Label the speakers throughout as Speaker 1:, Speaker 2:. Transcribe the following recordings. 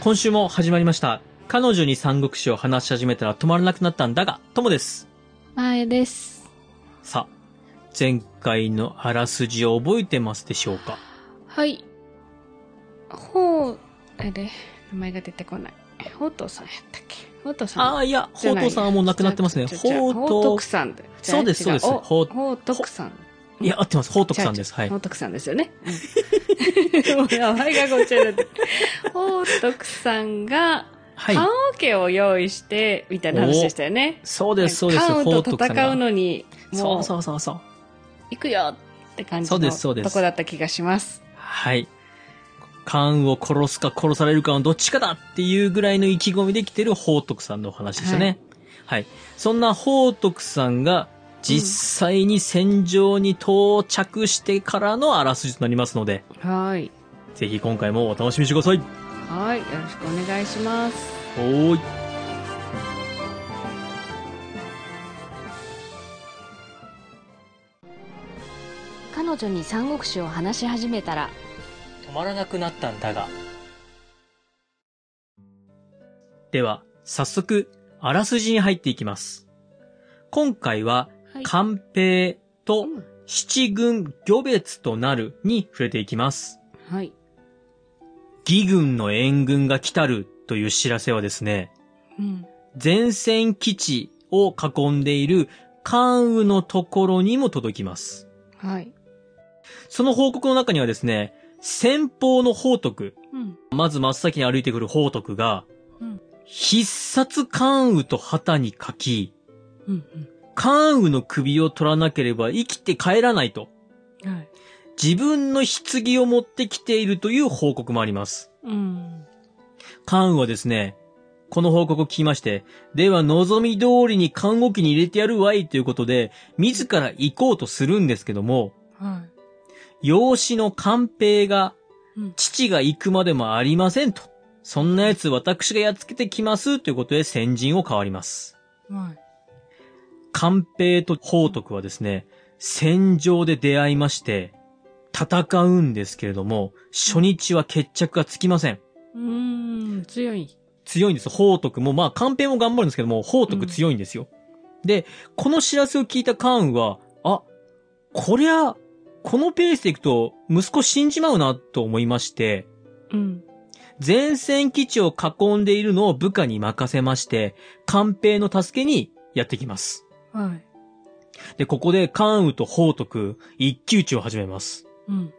Speaker 1: 今週も始まりました。彼女に三国志を話し始めたら止まらなくなったんだが、ともです。
Speaker 2: 前です。
Speaker 1: さあ、前回のあらすじを覚えてますでしょうか
Speaker 2: はい。ほう、あれ、名前が出てこない。ほうとうさんやったっけほうとうさん。
Speaker 1: ああ、いや、
Speaker 2: じ
Speaker 1: ほ
Speaker 2: ゃ
Speaker 1: う
Speaker 2: ない
Speaker 1: とうさんはもう亡くなってますね。
Speaker 2: じゃあじゃあ
Speaker 1: ほう
Speaker 2: ほうと
Speaker 1: と
Speaker 2: くさんで。じゃあ
Speaker 1: そうです
Speaker 2: 違
Speaker 1: そうです
Speaker 2: お
Speaker 1: ほう
Speaker 2: ほうとくさん。
Speaker 1: う、いや、合ってます。ほうとくさんです。は
Speaker 2: 違う違う
Speaker 1: い
Speaker 2: ほ。うとくさんですよね。うんもう名前がごっちゃになってる。ほうとくさんが、
Speaker 1: はい。
Speaker 2: 棺桶を用意して、みたいな話でしたよね。
Speaker 1: そうです、そうです。
Speaker 2: カ
Speaker 1: ほ
Speaker 2: ウ
Speaker 1: う
Speaker 2: と
Speaker 1: とくさん
Speaker 2: 戦う
Speaker 1: が。
Speaker 2: のに、
Speaker 1: そ
Speaker 2: も
Speaker 1: う
Speaker 2: う、
Speaker 1: そうそうそう。
Speaker 2: 行くよって感じ
Speaker 1: そう
Speaker 2: の
Speaker 1: ですそうです
Speaker 2: とこだった気がします。
Speaker 1: はい。カンを殺すか殺されるかのどっちかだっていうぐらいの意気込みで来てる宝徳さんのお話でしたね。はい。そんな宝徳さんが実際に戦場に到着してからのあらすじとなりますので、
Speaker 2: はい。
Speaker 1: ぜひ今回もお楽しみにしてください。
Speaker 2: はい。よろしくお願いします。
Speaker 1: おーい。
Speaker 3: 彼女に三国志を話し始めたら
Speaker 1: 止まらなくなったんだが。では、早速、あらすじに入っていきます。今回は、
Speaker 2: はい。
Speaker 1: 官兵と
Speaker 2: うん
Speaker 1: 七軍魚別となるに触れていきます。
Speaker 2: はい。
Speaker 1: 義軍の援軍が来たるという知らせはですね、
Speaker 2: うん。
Speaker 1: 前線基地を囲んでいる関羽のところにも届きます。
Speaker 2: はい。
Speaker 1: その報告の中にはですね、先方の宝徳、
Speaker 2: うん。
Speaker 1: まず真っ先に歩いてくる宝徳が
Speaker 2: うん、
Speaker 1: 必殺関羽と旗に書き、
Speaker 2: うん。
Speaker 1: 関羽の首を取らなければ生きて帰らないと
Speaker 2: うん。はい。
Speaker 1: 自分の棺を持ってきているという報告もあります。
Speaker 2: うん。
Speaker 1: 関羽はですね、この報告を聞きまして、では望み通りに看護機に入れてやるわいということで、自ら行こうとするんですけども、
Speaker 2: は
Speaker 1: 養子の官兵が
Speaker 2: うん、
Speaker 1: 父が行くまでもありませんと。そんな奴私がやっつけてきますということで先陣を変わります。
Speaker 2: い。はい。
Speaker 1: 官兵と宝徳はですね、戦場で出会いまして、戦うんですけれども、初日は決着がつきません。
Speaker 2: うーん。強い。
Speaker 1: 強いんです。宝徳も、まあ、官兵も頑張るんですけども、宝徳強いんですよ。で、この知らせを聞いた関羽は、あ、こりゃ、このペースでいくと、息子死んじまうな、と思いまして、
Speaker 2: うん。
Speaker 1: 前線基地を囲んでいるのを部下に任せまして、官兵の助けにやってきます。
Speaker 2: はい。
Speaker 1: で、ここで関羽と宝徳、一騎打ちを始めます。
Speaker 2: うん。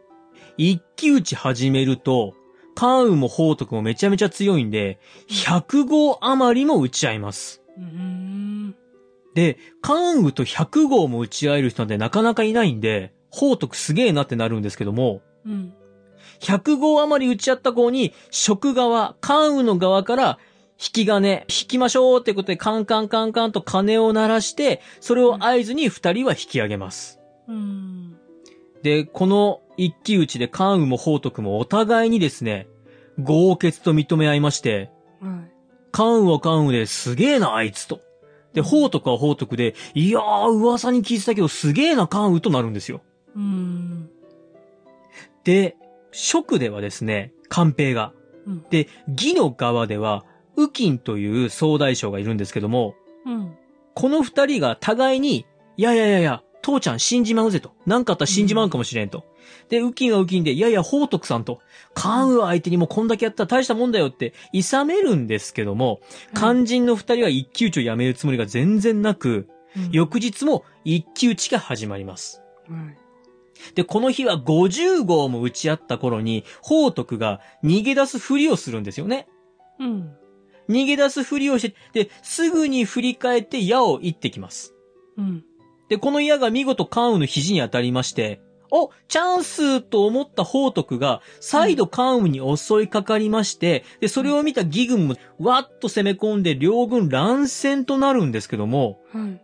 Speaker 1: 一騎打ち始めると、関羽も宝徳もめちゃめちゃ強いんで、100号余りも打ち合います。
Speaker 2: うん。
Speaker 1: で、関羽と100号も打ち合える人なんてなかなかいないんで、宝徳すげえなってなるんですけども、
Speaker 2: うん。
Speaker 1: 100号余り打ち合った号に、食側、関羽の側から、引き金、引きましょうってことで、カンカンカンカンと鐘を鳴らして、それを合図に二人は引き上げます。
Speaker 2: うん。
Speaker 1: で、この一騎打ちで関羽も宝徳もお互いにですね、豪傑と認め合いまして、
Speaker 2: はい。
Speaker 1: 関羽は関羽ですげえな、あいつと。で、宝徳は宝徳で、いやー、噂に聞いてたけどすげえな、関羽となるんですよ。
Speaker 2: うん。
Speaker 1: で、職ではですね、官兵が。
Speaker 2: うん。
Speaker 1: で、義の側では、右近という総大将がいるんですけども、
Speaker 2: うん。
Speaker 1: この二人が互いに、いやいやいやいや、父ちゃん死んじまうぜと。なんかあったら死んじまうかもしれんと。で、ウキンはウキンで、いやいや、宝徳さんと、関羽相手にもこんだけやったら大したもんだよって、諌めるんですけども、肝心の二人は一騎打ちをやめるつもりが全然なく、
Speaker 2: うん。
Speaker 1: 翌日も一騎打ちが始まります。
Speaker 2: はい。
Speaker 1: で、この日は50号も打ち合った頃に、宝徳が逃げ出すふりをするんですよね。
Speaker 2: うん。
Speaker 1: 逃げ出すふりをして、で、すぐに振り返って矢を行ってきます。
Speaker 2: うん。
Speaker 1: で、この矢が見事関羽の肘に当たりまして、お、チャンスと思った宝徳が、再度関羽に襲いかかりまして、で、それを見た義軍も、わっと攻め込んで、両軍乱戦となるんですけども、
Speaker 2: はい。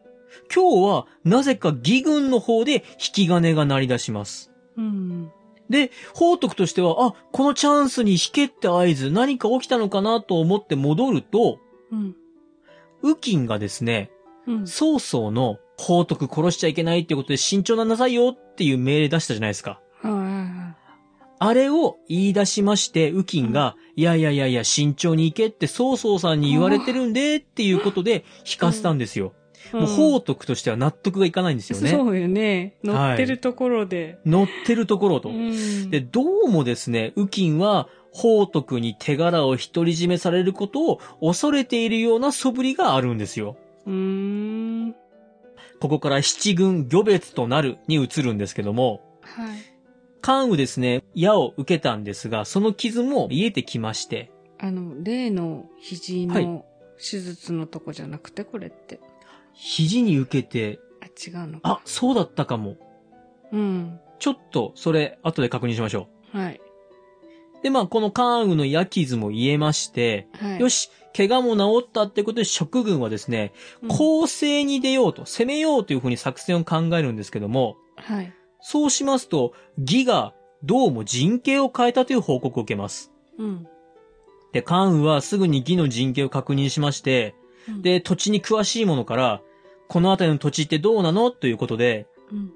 Speaker 1: 今日は、なぜか義軍の方で引き金が鳴り出します。
Speaker 2: うん。
Speaker 1: で、宝徳としては、あ、このチャンスに引けって合図、何か起きたのかなと思って戻ると、
Speaker 2: うん。
Speaker 1: 右近がですね、
Speaker 2: うん。
Speaker 1: 曹操の宝徳殺しちゃいけないっていうことで慎重なんなさいよっていう命令出したじゃないですか。
Speaker 2: はい。
Speaker 1: あれを言い出しまして、ウキンが、いやいやいやいや、慎重に行けって、曹操さんに言われてるんで、っていうことで、引かせたんですよ。もう、
Speaker 2: うん
Speaker 1: 宝徳としては納得がいかないん ですよね。
Speaker 2: そうよね。乗ってるところで。
Speaker 1: 乗ってるところと。
Speaker 2: うん
Speaker 1: で、どうもですね、ウキンは、宝徳に手柄を独り占めされることを恐れているような素振りがあるんですよ。
Speaker 2: うーん。
Speaker 1: ここから七軍魚別となるに移るんですけども、
Speaker 2: はい。
Speaker 1: 関羽ですね、矢を受けたんですが、その傷も癒えてきまして、
Speaker 2: あの、例の肘
Speaker 1: はい
Speaker 2: の手術のとこじゃなくて、これって。
Speaker 1: 肘に受けて、
Speaker 2: あ、違うのか。
Speaker 1: あ、そうだったかも。
Speaker 2: うん。
Speaker 1: ちょっと、それ、後で確認しましょ
Speaker 2: はい。
Speaker 1: う。で、まあ、この関羽の矢傷も癒えまして、
Speaker 2: はい。
Speaker 1: よし、
Speaker 2: し、
Speaker 1: 怪我も治ったってことで、職軍はですね、攻勢に出ようと、攻めようというふうに作戦を考えるんですけども、
Speaker 2: はい。
Speaker 1: そうしますと、義がどうも陣形を変えたという報告を受けます。
Speaker 2: うん。
Speaker 1: で、関羽はすぐに義の陣形を確認しまして、
Speaker 2: うん、
Speaker 1: で、土地に詳しいものから、この辺りの土地ってどうなのということで、
Speaker 2: うん。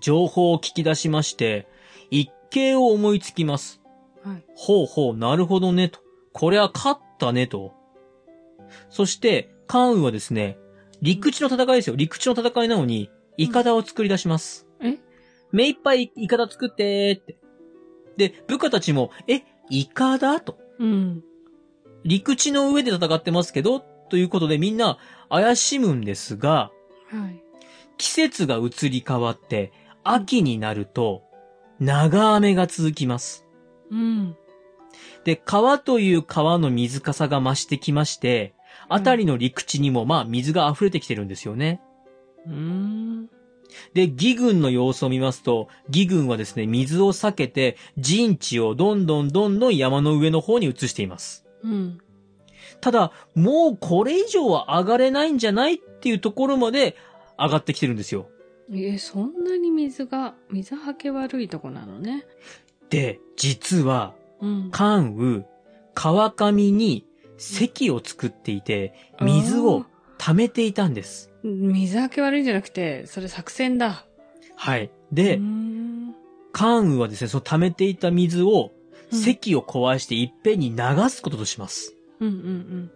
Speaker 1: 情報を聞き出しまして、一計を思いつきます。
Speaker 2: はい。
Speaker 1: ほうほう、なるほどね、と。これは勝ったね、と。そして、関羽はですね、陸地の戦いですよ。陸地の戦いなのに、イカダを作り出します。
Speaker 2: え
Speaker 1: 目いっぱいイカダ作ってーって。で、部下たちも、え、イカダと。
Speaker 2: うん。
Speaker 1: 陸地の上で戦ってますけど、ということでみんな怪しむんですが、
Speaker 2: はい。
Speaker 1: 季節が移り変わって、秋になると、長雨が続きます。
Speaker 2: うん。
Speaker 1: で、川という川の水かさが増してきまして、
Speaker 2: うん
Speaker 1: あたりの陸地にもまあ水が溢れてきてるんですよね。
Speaker 2: うーん。
Speaker 1: で、義軍の様子を見ますと、義軍はですね、水を避けて、陣地をどんどんどんどん山の上の方に移しています。
Speaker 2: うん。
Speaker 1: ただ、もうこれ以上は上がれないんじゃないっていうところまで上がってきてるんですよ。
Speaker 2: え、そんなに水が、水はけ悪いとこなのね。
Speaker 1: で、実は、
Speaker 2: うん。
Speaker 1: 関羽、川上に堰を作っていて、水を溜めていたんです。
Speaker 2: あー。水はけ悪いんじゃなくて、それ作戦だ。
Speaker 1: はい。
Speaker 2: う
Speaker 1: で
Speaker 2: ー、ん。
Speaker 1: 関羽はですね、その溜めていた水を、
Speaker 2: うん
Speaker 1: 堰を壊していっぺんに流すこととします。
Speaker 2: うんうん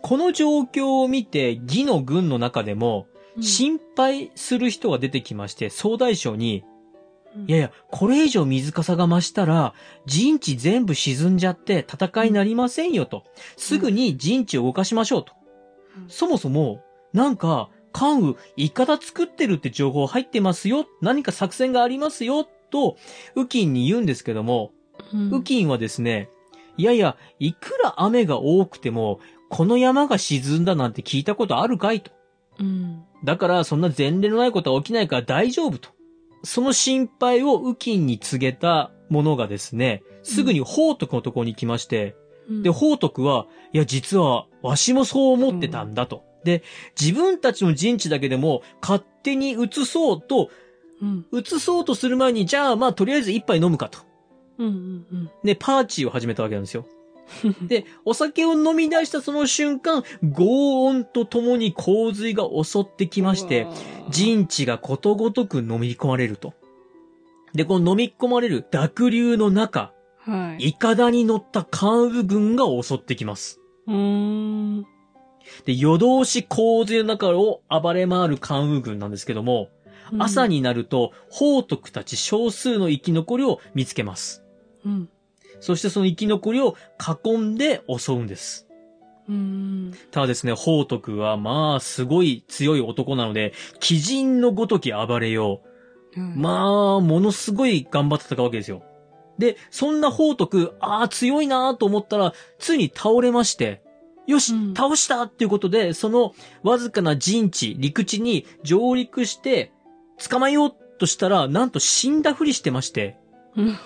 Speaker 1: この状況を見て、義の軍の中でも、
Speaker 2: うん。
Speaker 1: 心配する人が出てきまして、総大将に、
Speaker 2: うん
Speaker 1: いやいや、これ以上水かさが増したら、陣地全部沈んじゃって戦いになりませんよと。すぐに陣地を動かしましょうと。
Speaker 2: うん
Speaker 1: そもそも、なんか、関羽、イカダ作ってるって情報入ってますよ。何か作戦がありますよ。と、ウキンに言うんですけども、
Speaker 2: うん
Speaker 1: ウキンはですね、いやいや、いくら雨が多くても、この山が沈んだなんて聞いたことあるかいと。
Speaker 2: うん。
Speaker 1: だから、そんな前例のないことは起きないから大丈夫と。その心配をウキンに告げたものがですね、すぐに宝徳のところに来まして、
Speaker 2: うん
Speaker 1: で、宝徳は、いや、実は、わしもそう思ってたんだと。で、自分たちの陣地だけでも、勝手に移そうと、
Speaker 2: うん。
Speaker 1: 移そうとする前に、じゃあ、まあ、とりあえず一杯飲むかと。
Speaker 2: うんうんうん。
Speaker 1: で、パーチーを始めたわけなんですよ。で、お酒を飲み出したその瞬間、轟音とともに洪水が襲ってきまして
Speaker 2: う、わー、
Speaker 1: 陣地がことごとく飲み込まれると。で、この飲み込まれる濁流の中、
Speaker 2: はい。
Speaker 1: イカダに乗った関羽軍が襲ってきます。
Speaker 2: うーん。
Speaker 1: で、夜通し洪水の中を暴れ回る関羽軍なんですけども、朝。になると、宝徳たち少数の生き残りを見つけます。
Speaker 2: うん。
Speaker 1: そしてその生き残りを囲んで襲うんです。
Speaker 2: うん。
Speaker 1: ただですね、宝徳はまあすごい強い男なので、鬼人のごとき暴れよう。
Speaker 2: うん
Speaker 1: まあ、ものすごい頑張ってたわけですよ。で、そんな宝徳、ああ、強いなーと思ったら、ついに倒れまして、よし、
Speaker 2: うん
Speaker 1: 倒したっていうことで、そのわずかな陣地、陸地に上陸して、捕まえようとしたら、なんと死んだふりしてまして、
Speaker 2: うん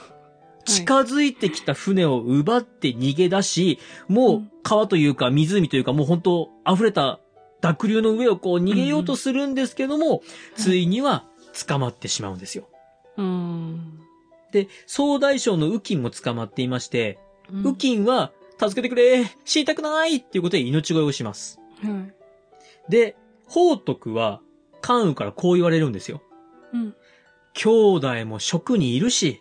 Speaker 1: 近づいてきた船を奪って逃げ出し、もう
Speaker 2: う
Speaker 1: ん川というか湖というかもう本当溢れた濁流の上をこう逃げようとするんですけども、ついには捕まってしまうんですよ。
Speaker 2: うん。
Speaker 1: で、総大将のウキンも捕まっていまして、
Speaker 2: うん
Speaker 1: ウキンは、助けてくれ死にたくないっていうことで命乞いをします。
Speaker 2: はい。
Speaker 1: で、宝徳は、関羽からこう言われるんですよ。
Speaker 2: うん。
Speaker 1: 兄弟も職にいるし、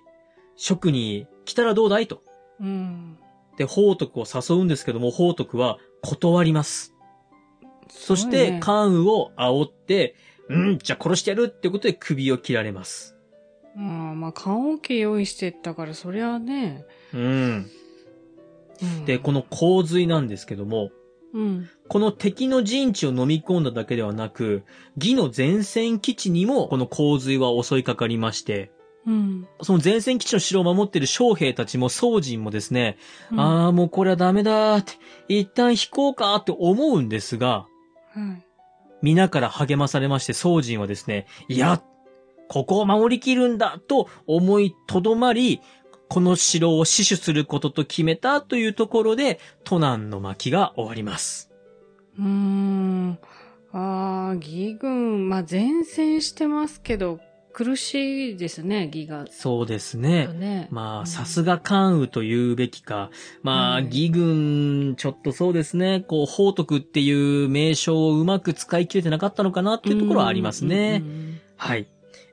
Speaker 1: 職に来たらどうだいと。
Speaker 2: うん。
Speaker 1: で、宝徳を誘うんですけども、宝徳は断ります。そし
Speaker 2: すごい
Speaker 1: て、
Speaker 2: ね
Speaker 1: 関羽を煽って、うん、じゃあ殺してやるってことで首を切られます。
Speaker 2: まあまあ、缶オケ用意してったから、そりゃね。
Speaker 1: うん。
Speaker 2: うん
Speaker 1: で、この洪水なんですけども、
Speaker 2: うん。
Speaker 1: この敵の陣地を飲み込んだだけではなく、義の前線基地にもこの洪水は襲いかかりまして、
Speaker 2: うん。
Speaker 1: その前線基地の城を守っている将兵たちも宋人もですね、
Speaker 2: うん
Speaker 1: ああ、もうこれはダメだーって、一旦引こうかーって思うんですが、
Speaker 2: はい。
Speaker 1: 皆から励まされまして宋人はですね、いや、ここを守りきるんだと思いとどまり、この城を死守することと決めたというところで、都南の巻が終わります。
Speaker 2: うーん。ああ、義軍、まあ前線してますけど、苦しいですね、義が。
Speaker 1: そうですね。
Speaker 2: ね
Speaker 1: ま
Speaker 2: う
Speaker 1: あ、
Speaker 2: ん
Speaker 1: さすが関羽と言うべきか。まあ、
Speaker 2: うん
Speaker 1: 義軍、ちょっとそうですね、こう、宝徳っていう名称をうまく使い切れてなかったのかなっていうところはありますね。
Speaker 2: うんうん
Speaker 1: はい。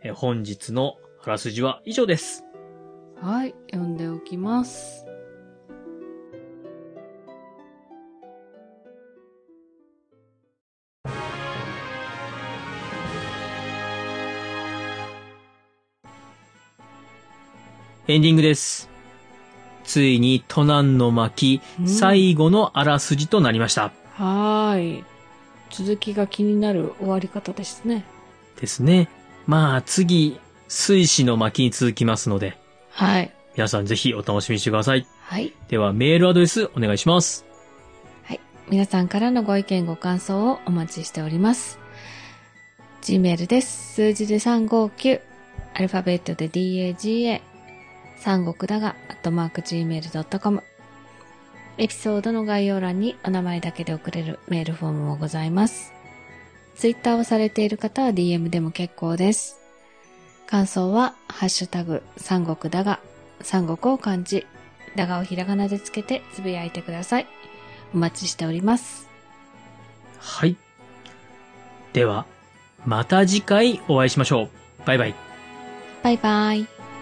Speaker 1: えー本日のあらすじは以上です。
Speaker 2: うんはい、読んでおきます。
Speaker 1: エンディングです。ついに、都南の巻、
Speaker 2: うん
Speaker 1: 最後のあらすじとなりました。
Speaker 2: はーい。続きが気になる終わり方ですね。
Speaker 1: ですね。まあ、次、水死の巻に続きますので、
Speaker 2: はい。
Speaker 1: 皆さんぜひお楽しみにしてください。
Speaker 3: はい。
Speaker 1: では、メールアドレスお願いします。
Speaker 3: 皆さんからのご意見、ご感想をお待ちしております。Gmail です。数字で359。アルファベットで DAGA。三国だが、アットマーク Gmail.com。エピソードの概要欄にお名前だけで送れるメールフォームもございます。Twitter をされている方は DM でも結構です。感想は、ハッシュタグ、三国だが、三国を漢字、だがをひらがなでつけてつぶやいてください。お待ちしております。
Speaker 1: はい。では、また次回お会いしましょう。バイバイ。
Speaker 3: バイバイ。